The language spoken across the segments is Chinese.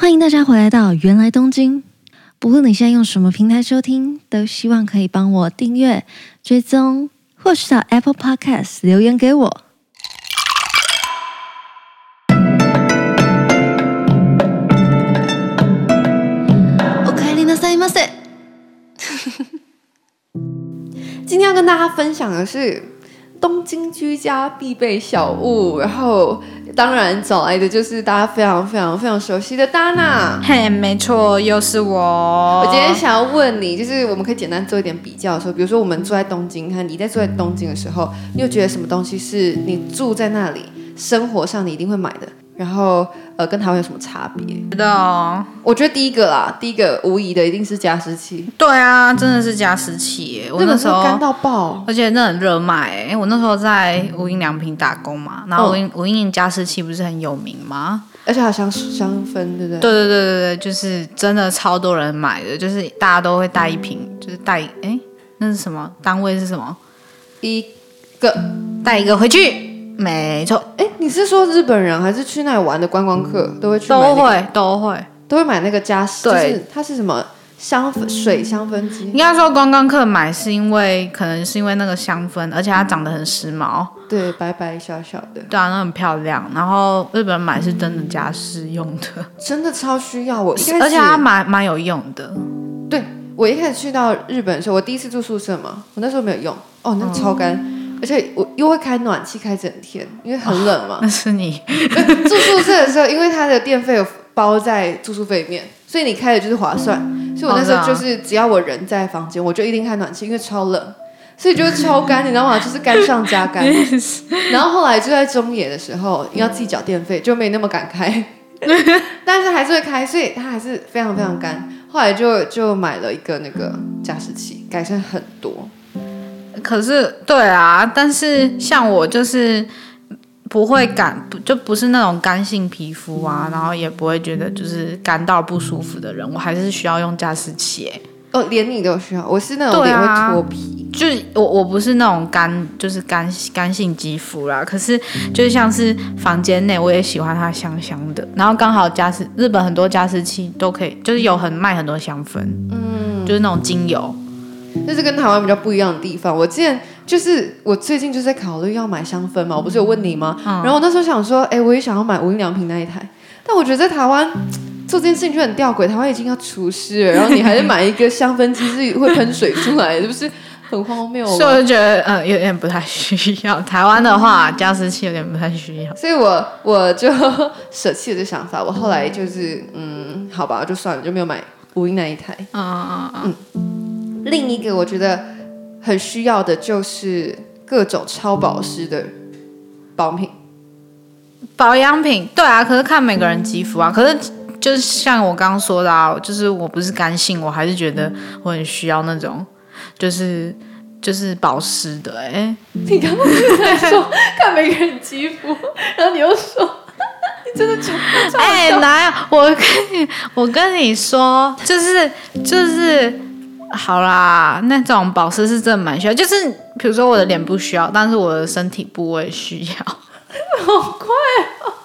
欢迎大家回来到原来东京。不论你现在用什么平台收听，都希望可以帮我订阅、追踪，或是到 Apple Podcast 留言给我。おかえりなさいませ。今天要跟大家分享的是东京居家必备小物，然后当然找来的就是大家非常非常非常熟悉的 Dana。嘿，没错，又是我。我今天想要问你，就是我们可以简单做一点比较的时候，比如说我们住在东京，和你在住在东京的时候，你有觉得什么东西是你住在那里生活上你一定会买的？然后，呃，跟台湾有什么差别？觉得哦，我觉得第一个啦，第一个无疑的一定是加湿器。对啊，真的是加湿器耶。我日那本时是干候，到爆，而且那很热卖欸耶。我那时候在无印良品打工嘛，嗯然后无印无印加湿器不是很有名吗？而且好香香氛，对不对？对对对对对，就是真的超多人买的，就是大家都会带一瓶，嗯就是带哎那是什么单位是什么？一个带一个回去，没错，哎，你是说日本人还是去那里玩的观光客都会去买那嗯都个会都会。都会买那个加湿，就对是它是什么香氛水香氛应机？该说观光客买是因为可能是因为那个香氛，而且它长得很时髦。对，白白小小的，对啊，那很漂亮。然后日本买是真的家私用的，真的超需要我。一开始 而且它蛮蛮有用的。我一开始去到日本的时候，我第一次住宿舍嘛，我那时候没有用，哦，那个超干。嗯而且我又会开暖气开整天，因为很冷嘛。那是你住宿舍的时候，因为它的电费有包在住宿费里面，所以你开的就是划算。所以我那时候哦就是是啊只要我人在房间，我就一定开暖气，因为超冷，所以就超干，你知道吗？就是干上加 干。然后后来就在中野的时候，要自己缴电费，就没那么敢 开，但是还是会开，所以它还是非常非常干。后来就就买了一个那个加湿器，改善很多。可是对啊，但是像我就是不会干，不就不是那种干性皮肤啊，然后也不会觉得就是干到不舒服的人，我还是需要用加湿器欸、哦，连你都需要，我是那种对脸啊会脱皮，就是我我不是那种干，就是干干性肌肤啦。可是就是像是房间内，我也喜欢它香香的。然后刚好加湿，日本很多加湿器都可以，就是有很卖很多香氛，嗯，就是那种精油。这是跟台湾比较不一样的地方。我之前就是我最近就是在考虑要买香氛嘛，我不是有问你吗？然后我那时候想说，哎、我也想要买无印良品那一台，但我觉得在台湾。做这件事情就很吊诡，台湾已经要除湿了，然后你还是买一个香氛机是会喷水出来的， 是不是很荒谬所以吗？我就觉得，嗯，有点不太需要。台湾的话，加湿器有点不太需要。所以我我就舍弃了这想法，我后来就是嗯，好吧，就算了，就没有买无印那一台。嗯嗯啊嗯，另一个我觉得很需要的就是各种超保湿的保品。保养品，对啊，可是看每个人肌肤啊。可是就是像我刚刚说的啊，就是我不是干性，我还是觉得我很需要那种，就是就是保湿的、欸，哎。你刚刚是在说看 每个人肌肤，然后你又说你真的超哎、哪有？我跟你，我跟你说，就是就是，好啦，那种保湿是真的蛮需要。就是比如说我的脸不需要，但是我的身体部位需要。好快，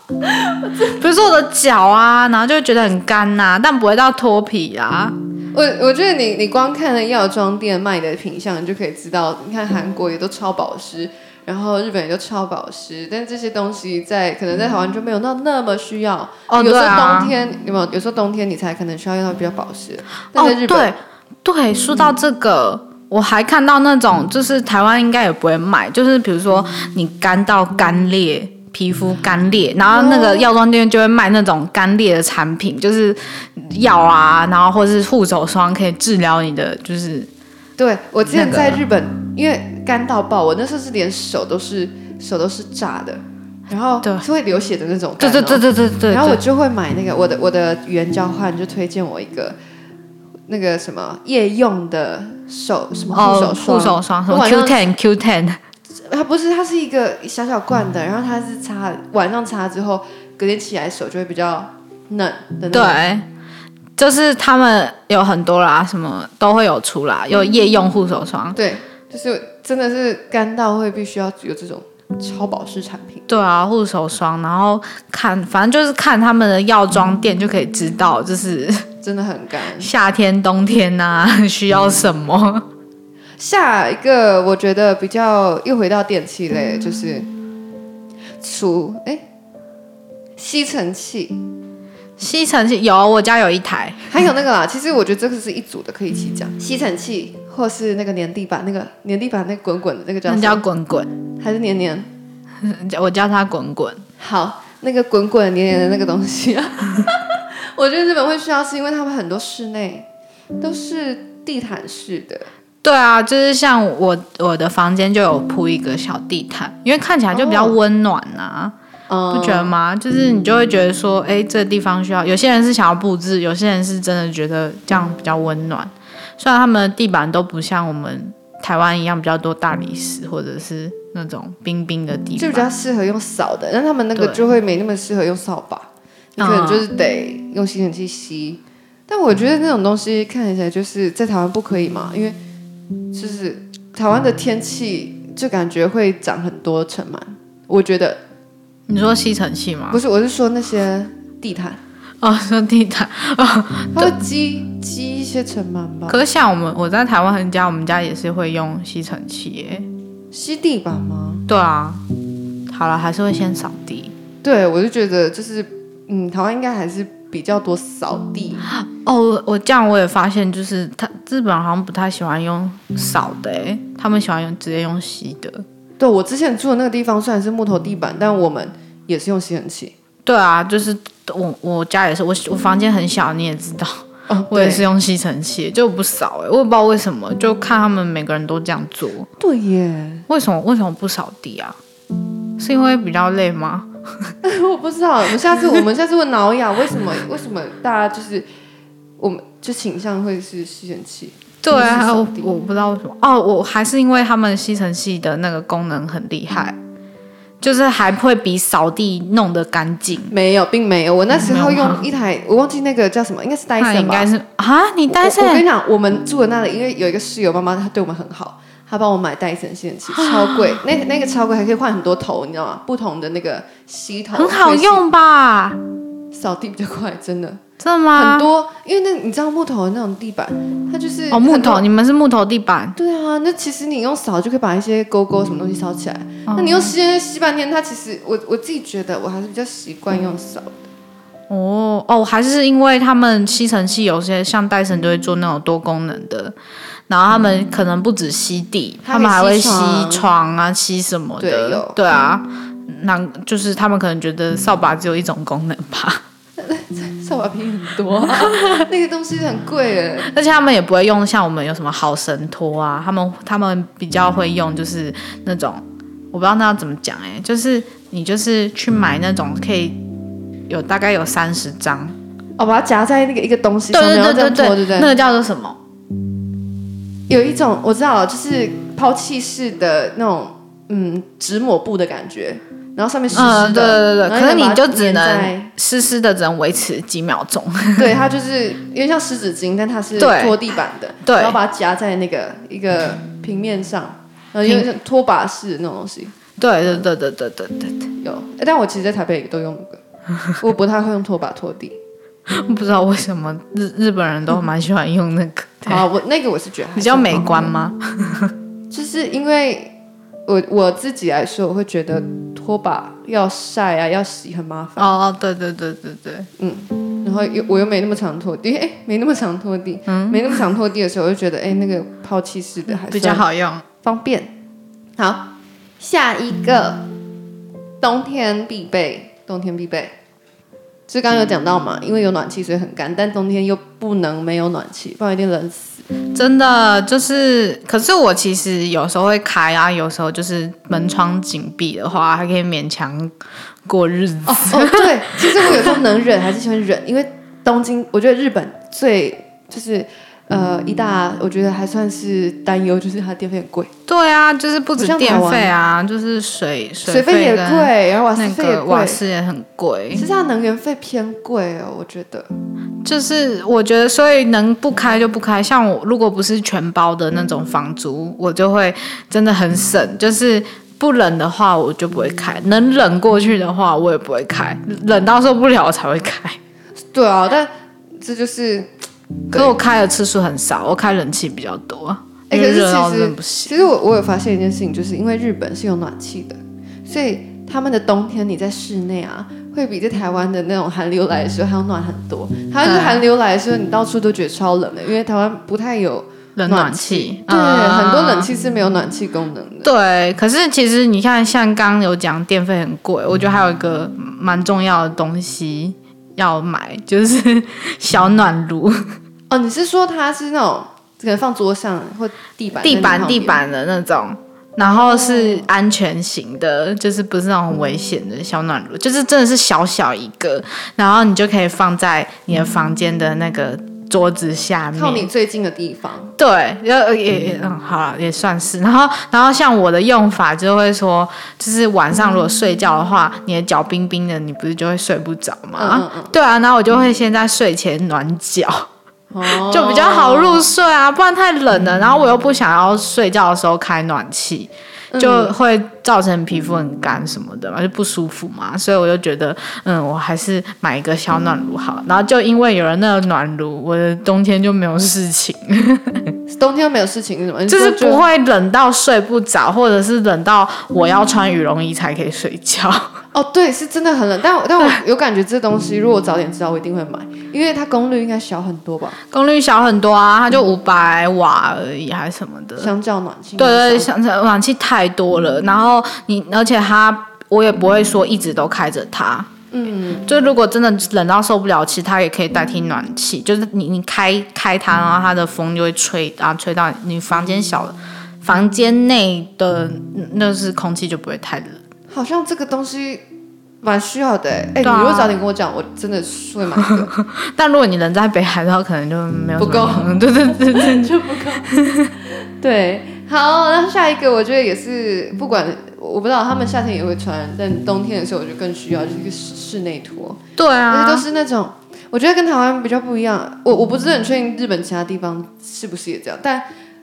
比如说我的脚啊，然后就会觉得很干呐、但不会到脱皮啊。我我觉得你你光看了药妆店卖的品相，你就可以知道，你看韩国也都超保湿。然后日本也都超保湿，但这些东西在可能在台湾就没有那那么需要。哦有时对候啊冬天有没有？有时候冬天你才可能需要用到比较保湿。但哦在，日本，对对，说到这个，我还看到那种，就是台湾应该也不会卖，就是比如说你干到干裂。皮肤干裂，然后那个药妆店就会卖那种干裂的产品，就是药啊，然后或是护手霜可以治疗你的，就是对我之前那个在日本，因为干到爆，我那时候是连手都是手都是炸的，然后对是会流血的那种干对哦。对对对对对。然后我对就会买那个我的我的语言交换就推荐我一个那个什么夜用的手什么护手哦，霜，护手霜什我么晚上 Q ten Q ten，它不是它是一个小小罐的，然后它是擦晚上擦之后，隔天起来手就会比较嫩的那种。对，就是他们有很多啦，什么都会有出啦，有夜用护手霜，对，就是真的是干到会必须要有这种超保湿产品。对啊，护手霜，然后看，反正就是看他们的药妆店就可以知道，就是真的很干。夏天、冬天呐、 需要什么。下一个我觉得比较又回到电器类，就是除哎吸尘器，吸尘器有，我家有一台，还有那个啦。其 实我觉得这个是一组的，可以一起嗯讲。吸尘器或是那个粘地板，那个粘地板那个滚滚的那个叫那什叫么？滚滚，还是黏黏？我叫它滚滚。好，那个滚滚黏黏的那个东西啊，嗯 我觉得日本会需要，是因为他们很多室内都是地毯式的，对啊，就是像我我的房间就有铺一个小地毯，因为看起来就比哦较温暖啊，嗯不觉得吗？就是你就会觉得说，哎、这地方需要。有些人是想要布置，有些人是真的觉得这样比较温暖。虽然他们的地板都不像我们台湾一样比较多大理石或者是那种冰冰的地就比板，较适合用扫的，但他们那个对就会没那么适合用扫把，你可能就是得用吸尘器吸。但我觉得那种东西看起来就是在台湾不可以嘛，因为就是台湾的天气就感觉会长很多尘螨。我觉得你说吸尘器吗 不？是，我是说那些地毯，哦，说地毯。它会积积一些尘螨吧？可是像我们我在台湾人家，我们家也是会用吸尘器耶。吸地板吗？对啊，好了，还是会先扫地。对，我就觉得就是嗯，台湾应该还是比较多扫地，哦，我我这样我也发现，就是他日本好像不太喜欢用扫的、欸，他们喜欢用直接用吸的。对我之前住的那个地方虽然是木头地板，但我们也是用吸尘器。对啊，就是我我家也是，我我房间很小，你也知道，哦我也是用吸尘器，就不扫哎、我也不知道为什么，就看他们每个人都这样做，对 耶，为什么为什么不扫地啊？是因为比较累吗？我不知道。我们下次我们下次问挠痒，为什么为什么大家就是我们就倾向会是吸尘器？对不是啊，扫我地我不知道为什么哦，我还是因为他们吸尘器的那个功能很厉害，就是还会比扫地弄得干净。没有，并没有。我那时候没有吗用一台，我忘记那个叫什么，应该是那 Dyson 应吧。该是啊，你戴我我跟森你讲，我们住的那里，因为有一个室友妈妈，她对我们很好，她帮我买 Dyson 吸尘器，超 贵，那那个超贵，还可以换很多头，你知道吗？不同的那个吸头，很好，用吧？扫地比较快，真的。真的吗？很多，因为那你知道木头的那种地板，它就是哦，木很多头，。你们是木头地板，对啊，那其实你用扫就可以把一些勾勾什么东西扫起来。那你用吸尘器吸半天，它其实我我自己觉得我还是比较习惯用 扫。哦哦，还是因为他们吸尘器有些像戴森就会做那种多功能的，然后他们可能不止吸地，它他们还可会以吸吸床床啊，吸什么对有的，对啊。那就是他们可能觉得扫把只有一种功能吧， 扫把瓶很多、 啊，那个东西很贵哎。而且他们也不会用像我们有什么好神拖啊，他们他们比较会用就是那种我不知道那要怎么讲哎、就是你就是去买那种可以有大概有三十张，哦，把它夹在那个一个东西上面，然后对这对样对拖，对对不那对？个叫做什么？有一种我知道，就是抛弃式的那种，嗯，纸抹布的感觉，然后上面湿湿嗯，对的。对对然对，可后是你把它你就只粘能在湿湿的，只能维持几秒钟。 对，它就是有点像湿纸巾，但它是对拖地板的，对然后把它夹在那个一个平面上，然后有点像拖把式的那种东西。对对对对对对对对，有，诶但我其实在台北也都用那个，我不太会用拖把拖 地。不知道为什么日日本人都蛮喜欢用那个，对好，我那个我是觉得还比较是美好观吗？就是因为我我自己来说，我会觉得拖把要晒啊，要洗很麻烦，哦哦，对对对对对，然后又我又没那么常拖地，哎，没那么常拖地，没那么常拖地的时候，我就觉得哎，那个抛弃式的还嗯比较算好用。方便。好，下一个冬天必备，冬天必备。就刚刚有讲到嘛，因为有暖气所以很干，但冬天又不能没有暖气，不然一定冷死。真的就是，可是我其实有时候会开啊，有时候就是门窗紧闭的话，还可以勉强过日子。哦哦，对，其实我有时候能忍还是喜欢忍，因为东京，我觉得日本最就是呃嗯一大，我觉得还算是担忧，就是它的电费很贵，对啊，就是不止不像台电湾费啊，就是水水费也跟贵，然后瓦斯那费也个瓦贵，斯也很贵其，实它的能源费偏贵哦，我觉得。就是我觉得，所以能不开就不开。像我如果不是全包的那种房租，我就会真的很省，就是。不冷的话我就不会开，能冷过去的话我也不会开，冷到受不了我才会开。对啊，但这就是，可是我开的次数很少，我开冷气比较多。哎、因可为是热到其真实的不行。其实我我有发现一件事情，就是因为日本是有暖气的，所以他们的冬天你在室内啊，会比在台湾的那种寒流来的时候还要暖很多。台湾就是寒流来的时候，你到处都觉得超冷的，因为台湾不太有冷暖暖气，对、啊很多冷气是没有暖气功能的。对，可是其实你看，像刚刚有讲电费很嗯贵，我觉得还有一个蛮重要的东西要买，就是 小暖炉，哦，你是说它是那种可能放桌上或地板地板在地你旁边板的那种。然后是安全型的，就是不是那种很危险的小暖炉，就是真的是小小一个，然后你就可以放在你的房间的那个桌子下面，靠你最近的地方？对，呃也也嗯，好了，也算是。然后，然后像我的用法就会说，就是晚上如果睡觉的话，你的脚冰冰的，你不是就会睡不着吗？嗯嗯嗯对啊，然后我就会先在睡前暖脚，哦，嗯就比较好入睡啊，不然太冷了。然后我又不想要睡觉的时候开暖气，嗯就会造成皮肤很干什么的嘛，就不舒服嘛。所以我就觉得，嗯，我还是买一个小暖炉好了。然后就因为有了那个暖炉，我的冬天就没有事情。冬天没有事情是什么？就是你说不会冷到睡不着，或者是冷到我要穿羽绒衣才可以睡觉。哦，对，是真的很冷，但我但我有感觉这东西，如果我早点知道，我一定会买，因为它功率应该小很多吧，功率小很多啊，它就五百瓦而已，还是什么的。相较暖气。对对，，想想暖气太多了，嗯然后你而且它我也不会说一直都开着它。嗯，就如果真的冷到受不了，其实它也可以代替暖气，就是你你开开它，然后它的风就会吹啊，吹到你房间小房间内的那是空气就不会太冷。好像这个东西蛮需要的欸。 哎、对啊你如果早点跟我讲，我真的是会买一 个。但如果你人在北海道，可能就没有 不什么够用。对对对对，对，好，那下一个我觉得也是，不管我不知道他们夏天也会穿，但冬天的时候我就更需要就是一个室室内拖，对而且都啊，是那种。我觉得跟台湾比较不一样，我我不是很确定日本其他地方是不是也这样，但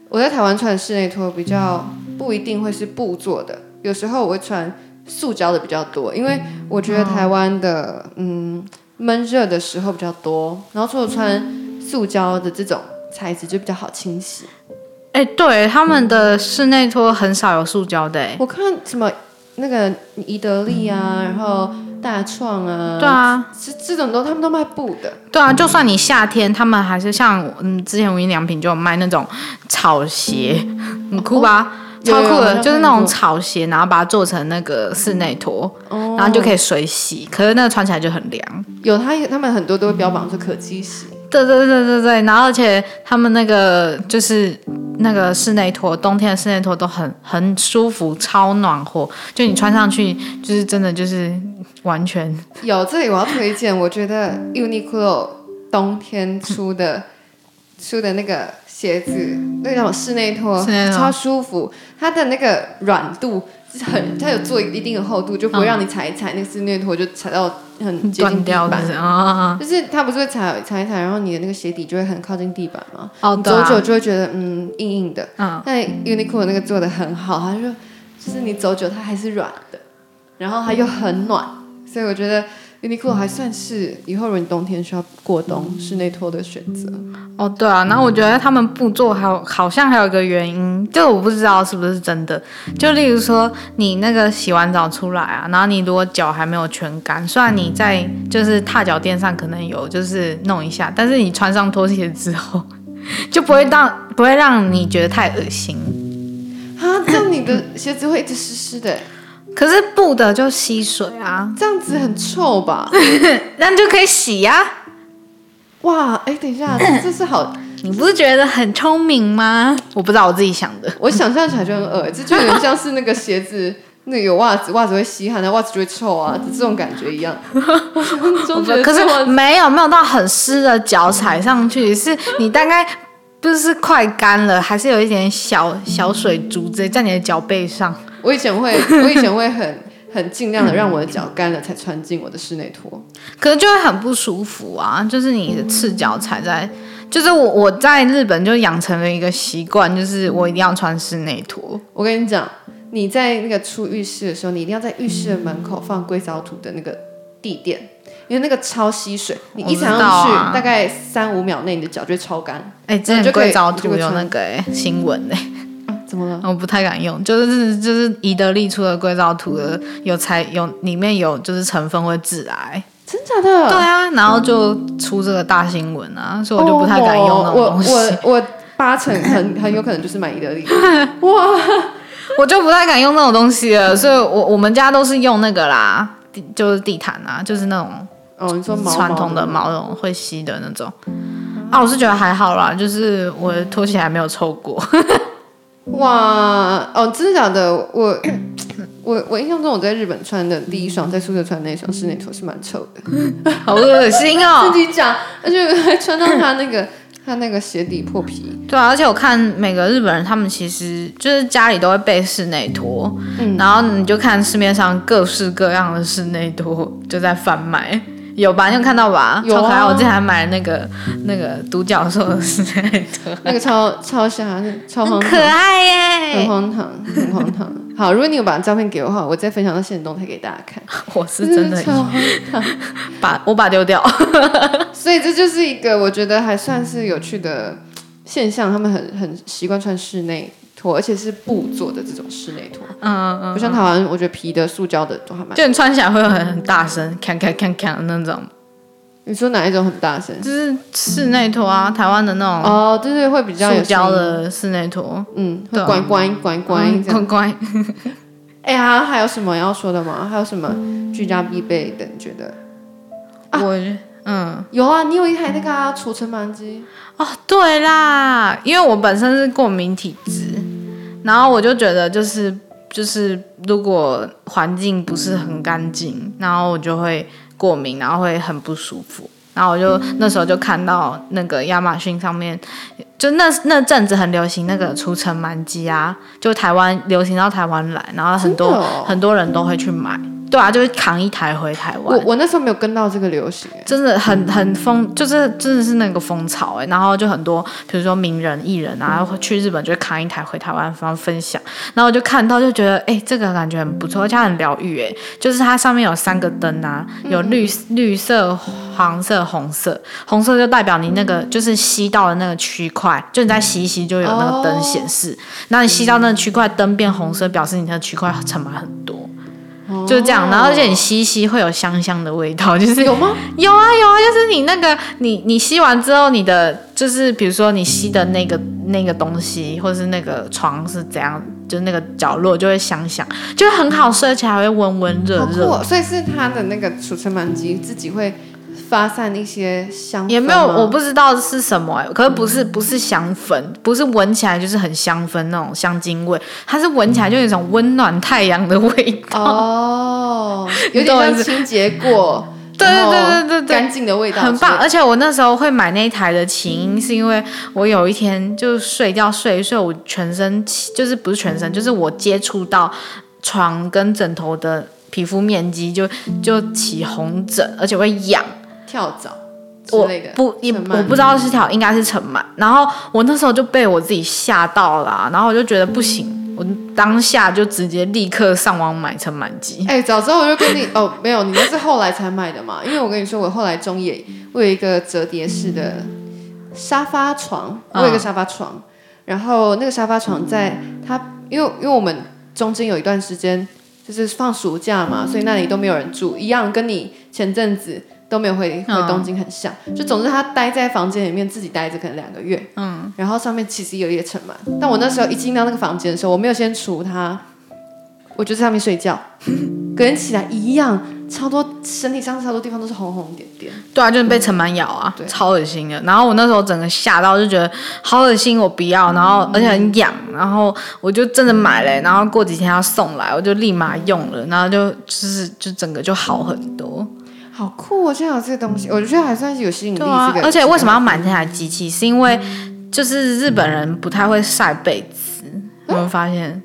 我在台湾穿的室内拖比较不一定会是布做的，有时候我会穿塑胶的比较多，因为我觉得台湾的嗯闷热的时候比较多，然后除了穿塑胶的这种材质就比较好清洗。哎、对，他们的室内拖很少有塑胶的、哎我看什么那个宜得利啊，然后大创啊，对，啊，这这种都他们都卖布的，对啊，就算你夏天，他们还是像嗯，之前无印良品就有卖那种草鞋，很酷吧？有超有酷哦有的，有就是看那种过草鞋，然后把它做成那个室内拖，哦然后就可以水洗，可是那个穿起来就很凉。有他他们很多都会标榜是可机洗。对对对对对，然后而且他们那个就是那个室内拖，冬天的室内拖都很很舒服，超暖和，就你穿上去就是真的就是完全有这里我要推荐，我觉得 Uniqlo 冬天出的出的那个鞋子，那种室内拖室内拖超舒服，它的那个软度是很，它有做一定的厚度，就不会让你踩一踩那个室内拖就踩到很接断近地掉的板。啊。就是它不是会踩踩一踩，然后你的那个鞋底就会很靠近地板吗？哦，你对、走啊，久就会觉得嗯硬硬的。嗯，但 Uniqlo 那个做的很好，它就就是你走久它还是软的，然后它又很暖，所以我觉得 Uniqlo 还算是以后如果你冬天需要过冬室内拖的选择。哦对啊，然后我觉得他们不做还有好像还有一个原因，这个我不知道是不是真的，就例如说你那个洗完澡出来啊，然后你如果脚还没有全干，虽然你在就是踏脚垫上可能有就是弄一下，但是你穿上拖鞋之后。 就不会让不会让你觉得太恶心。啊，这样你的鞋子会一直湿湿的，欸可是布的就吸水啊，这样子很臭吧？那就可以洗呀、啊。哇，哎，等一下，这这是好，你不是觉得很聪明吗？我不知道我自己想的。我想象起来就很恶欸这就有点像是那个鞋子。那有袜子，袜子会吸汗，那袜子就会臭啊，这种感觉 一样。我想中觉得可这袜是子没有没有到很湿的脚踩上去，是你大概就是快干了，还是有一点小小水珠直接在你的脚背上。 我以前会，我以前会很很尽量的让我的脚干了才穿进我的室内拖。可是就会很不舒服啊，就是你的赤脚踩在，就是我我在日本就养成了一个习惯，就是我一定要穿室内拖。我跟你讲，你在那个出浴室的时候，你一定要在浴室的门口放硅藻土的那个地垫，因为那个超吸水，你一踩上我去、知道啊大概三五秒内你的脚就会超干。哎、之那就前可以硅藻就土可以有那穿个、哎新闻哎、啊，怎么了？我不太敢用，就是就是宜得利出的硅藻土的有才有里面有就是成分会致癌，真假的？对啊，然后就出这个大新闻啊，所以我就不太敢用那哦种我东西，我我八成很很有可能就是买伊得利。哇， 我就不太敢用那种东西了，所以我我们家都是用那个啦，地就是地毯啊，就是那种哦，你说毛毛传统的毛绒会吸的那种。啊，我是觉得还好啦，就是我的拖鞋还没有臭过。哇，哦，真的假的？我我我印象中我在日本穿的第一双，在宿舍穿的那双室内拖是蛮臭的。 好恶心哦自！己讲，而且还穿到他那个 他那个鞋底破皮。对啊，而且我看每个日本人，他们其实就是家里都会备室内拖，嗯然后你就看市面上各式各样的室内拖就在贩卖，有吧？你有看到吧？有啊超可爱！我之前还买了那个那个独角兽的室内拖，那个超超瞎，超荒很可唐，爱耶、很荒唐，很荒唐。 好，如果你有把照片给我的话，我再分享到现实动态给大家看。我是真 的超荒唐，把我把丢掉。所以这就是一个我觉得还算是有趣的现象，他们很很习惯穿室内拖，而且是布做的这种室内拖，嗯嗯，不像台湾，我觉得皮的、塑胶的都还蛮。就你穿起来会很很大声，锵锵锵锵那种，你说哪一种很大声？就是室内拖啊，台湾的那种哦，对对，会比较有塑胶声音，的室内拖，嗯，对会啊乖乖乖乖嗯这样。乖乖。哎呀，还有什么要说的吗？还有什么居家必备的？你觉得？啊我嗯有啊，你有一台那个啊除尘螨机，哦，对啦，因为我本身是过敏体质，然后我就觉得就是就是如果环境不是很干净，然后我就会过敏，然后会很不舒服。然后我就那时候就看到那个亚马逊上面，就那那阵子很流行那个除尘螨机啊，就台湾流行到台湾来，然后很多、真的哦很多人都会去买，对啊，就会扛一台回台湾。我我那时候没有跟到这个流行、哎，真的很很风，就是真的是那个风潮哎、然后就很多，比如说名人艺人啊，会去日本就会扛一台回台湾方分享，然后我就看到就觉得哎、这个感觉很不错，而且它很疗愈哎，就是它上面有三个灯啊，有绿绿色、黄色、红色，红色就代表你那个就是吸到的那个区块，就你再吸一吸就有那个灯显示，那、你吸到那个区块灯变红色，表示你那个区块尘螨很多。就是哦这样，然后而且你吸一吸会有香香的味道，就是有吗？有啊有啊，就是你那个你你吸完之后，你的就是比如说你吸的那个那个东西，或是那个床是怎样，就是那个角落就会香香，就会很好睡，而且还会温温热好酷、热。哦！所以是它的那个除尘螨机自己会发散一些香氛吗，也没有，我不知道是什么、欸，可是不是不是香氛，不是闻起来就是很香氛那种香精味，它是闻起来就有一种温暖太阳的味道。哦， 有你点懂我意像思清洁过， 对然后对对对对对干净的味道，嗯很棒，。而且我那时候会买那一台的起因是因为我有一天就睡觉睡一睡，我全身起就是不是全嗯身，就是我接触到床跟枕头的皮肤面积就就起红疹，而且会痒。跳蚤之我类的，不也尘螨我不知道是条应该是尘螨，然后我那时候就被我自己吓到了啊、然后我就觉得不行，我当下就直接立刻上网买尘螨机。哎、早知道我就跟你哦，没有，你那是后来才买的嘛？因为我跟你说，我后来中野我有一个折叠式的沙发床，我有一个沙发床，然后那个沙发床在它，因为因为我们中间有一段时间就是放暑假嘛，所以那里都没有人住，一样跟你前阵子都没有回回嗯东京很像。就总之他待在房间里面自己待着，可能两个月，嗯，然后上面其实有一些尘螨，但我那时候一进到那个房间的时候，我没有先除它，我就在上面睡觉，隔天起来一样，超多身体上超多地方都是红红点点。对啊，就是被尘螨咬啊，嗯对超恶心的。然后我那时候整个吓到，就觉得好恶心，我不嗯要。然后而且很痒，然后我就真的买了、然后过几天要送来，我就立马用了，然后就就是就整个就好很多。好酷、哦！现在有这个东西，我觉得还算是有吸引力。嗯对啊这，个嗯而且为什么要买这台机器？是因为就是日本人不太会晒被子，嗯我们发现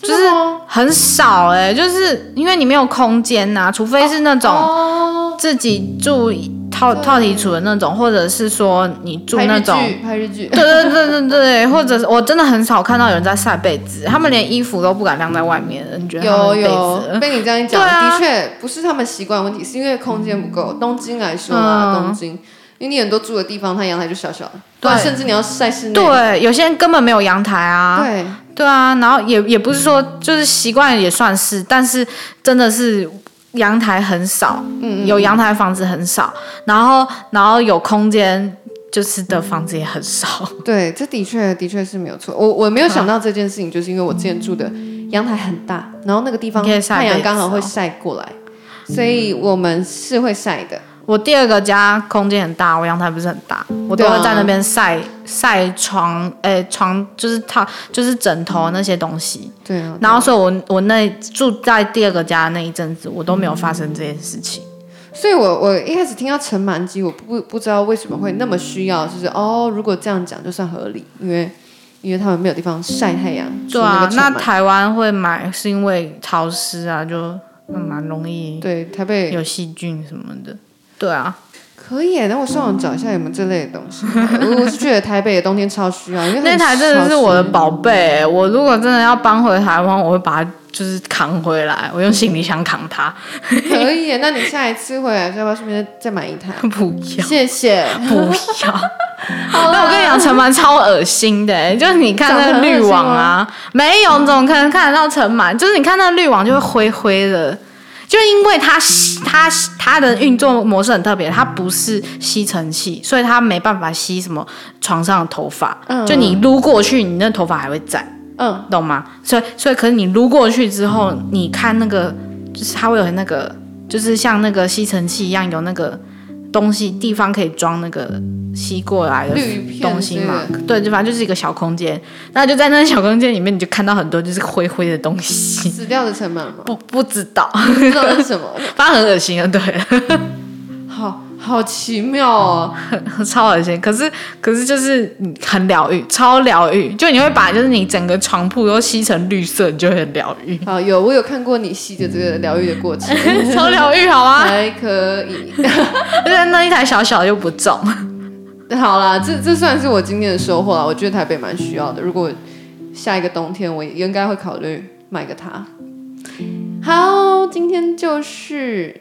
真的吗很少欸啊哎、就是因为你没有空间呐、除非是那种哦，自己住套套题处的那种，或者是说你住拍那日种。剧，拍日剧，对对对对对，或者是我真的很少看到有人在晒被子，他们连衣服都不敢晾在外面了。你觉得他有们被子有，被你这样一讲，对啊的确不是他们习惯问题，是因为空间不够。东京来说啦，嗯东京，因为你很多住的地方，它阳台就小小的，对对，甚至你要晒室内，对，有些人根本没有阳台啊。对，对啊，然后也也不是说就是习惯也算是，但是真的是阳台很少，嗯有阳台的房子很少，然后然后有空间就是的房子也很少。对，这的确的确是没有错。我我没有想到这件事情，就是因为我之前住的阳台很大，然后那个地方你可以晒太被阳子刚好哦会晒过来，所以我们是会晒的。我第二个家空间很大，我阳台不是很大，我都对啊会在那边晒、晒床，诶、床就是套就是枕头那些东西。对啊，然后所以我我那住在第二个家那一阵子，我都没有发生这件事情。所以我我一开始听到陈满基，我不不知道为什么会那么需要，就是哦，如果这样讲就算合理，因为因为他们没有地方晒太阳。对啊，除那个尘螨台湾会买是因为潮湿啊，就嗯蛮容易对台北有细菌什么的。对啊，可以耶，那我上网找一下有没有这类的东西。我我是觉得台北的冬天超需要，因为那很台真的潮是湿我的宝贝、我如果真的要搬回台湾，我会把它就是扛回来，我用行李箱扛它，可以耶。那你下一次回来要不要顺便再买一台？不要。谢谢。不要。那我跟你讲，尘螨超恶心的、欸，就是你看那个滤网啊，没有，你怎么可能看得到尘螨？就是你看那个滤网就会灰灰的，就因为它吸它它的运作模式很特别，它不是吸尘器，所以它没办法吸什么床上的头发，嗯就你撸过去，你那头发还会在。嗯，懂吗？所以所以，可是你撸过去之后，你看那个，就是它会有那个，就是像那个吸尘器一样，有那个东西地方可以装那个吸过来的绿片东西嘛之类。对，就反正就是一个小空间，那就在那个小空间里面，你就看到很多就是灰灰的东西， 死掉的成本吗？不不知道， 不知道是什么， 反正很恶心啊，对 了，好好奇妙哦。超恶心。可是可是就是嗯很疗愈，超疗愈，就你会把就是你整个床铺都吸成绿色，你就会很疗愈， 好，有我有看过你吸的这个疗愈的过程。超疗愈，好吗？还可以。但那一台小小又不重，好啦，这这算是我今天的收获啦。我觉得台北蛮需要的。如果下一个冬天，我应该会考虑买个它。好，今天就是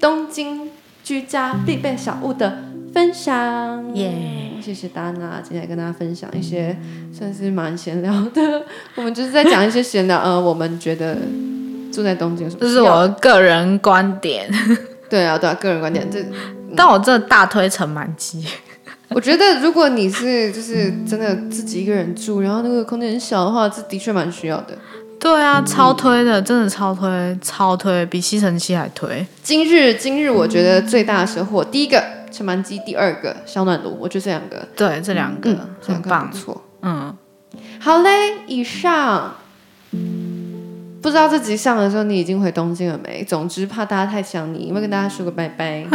东京居家必备小物的分 享。耶谢谢达娜，今天来跟大家分享一些算是蛮闲聊的。我们就是在讲一些闲聊，呃，我们觉得住在东京有什么这要是我个人观点。对啊对啊个人观点，这但我真的大推陈满基， 我觉得，如果你是就是真的自己一个人住，然后那个空间很小的话，这的确蛮需要的。对啊，超推的，真的超推，超推，比吸尘器还推。今日今日，我觉得最大的收获，第一个陈满基，第二个小暖炉，我觉得这两个，对，这两个、嗯，这很两个棒不。错。嗯，好嘞，以上。不知道这集上的时候你已经回东京了没？总之怕大家太想你，因为跟大家说个拜拜。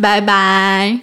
拜拜。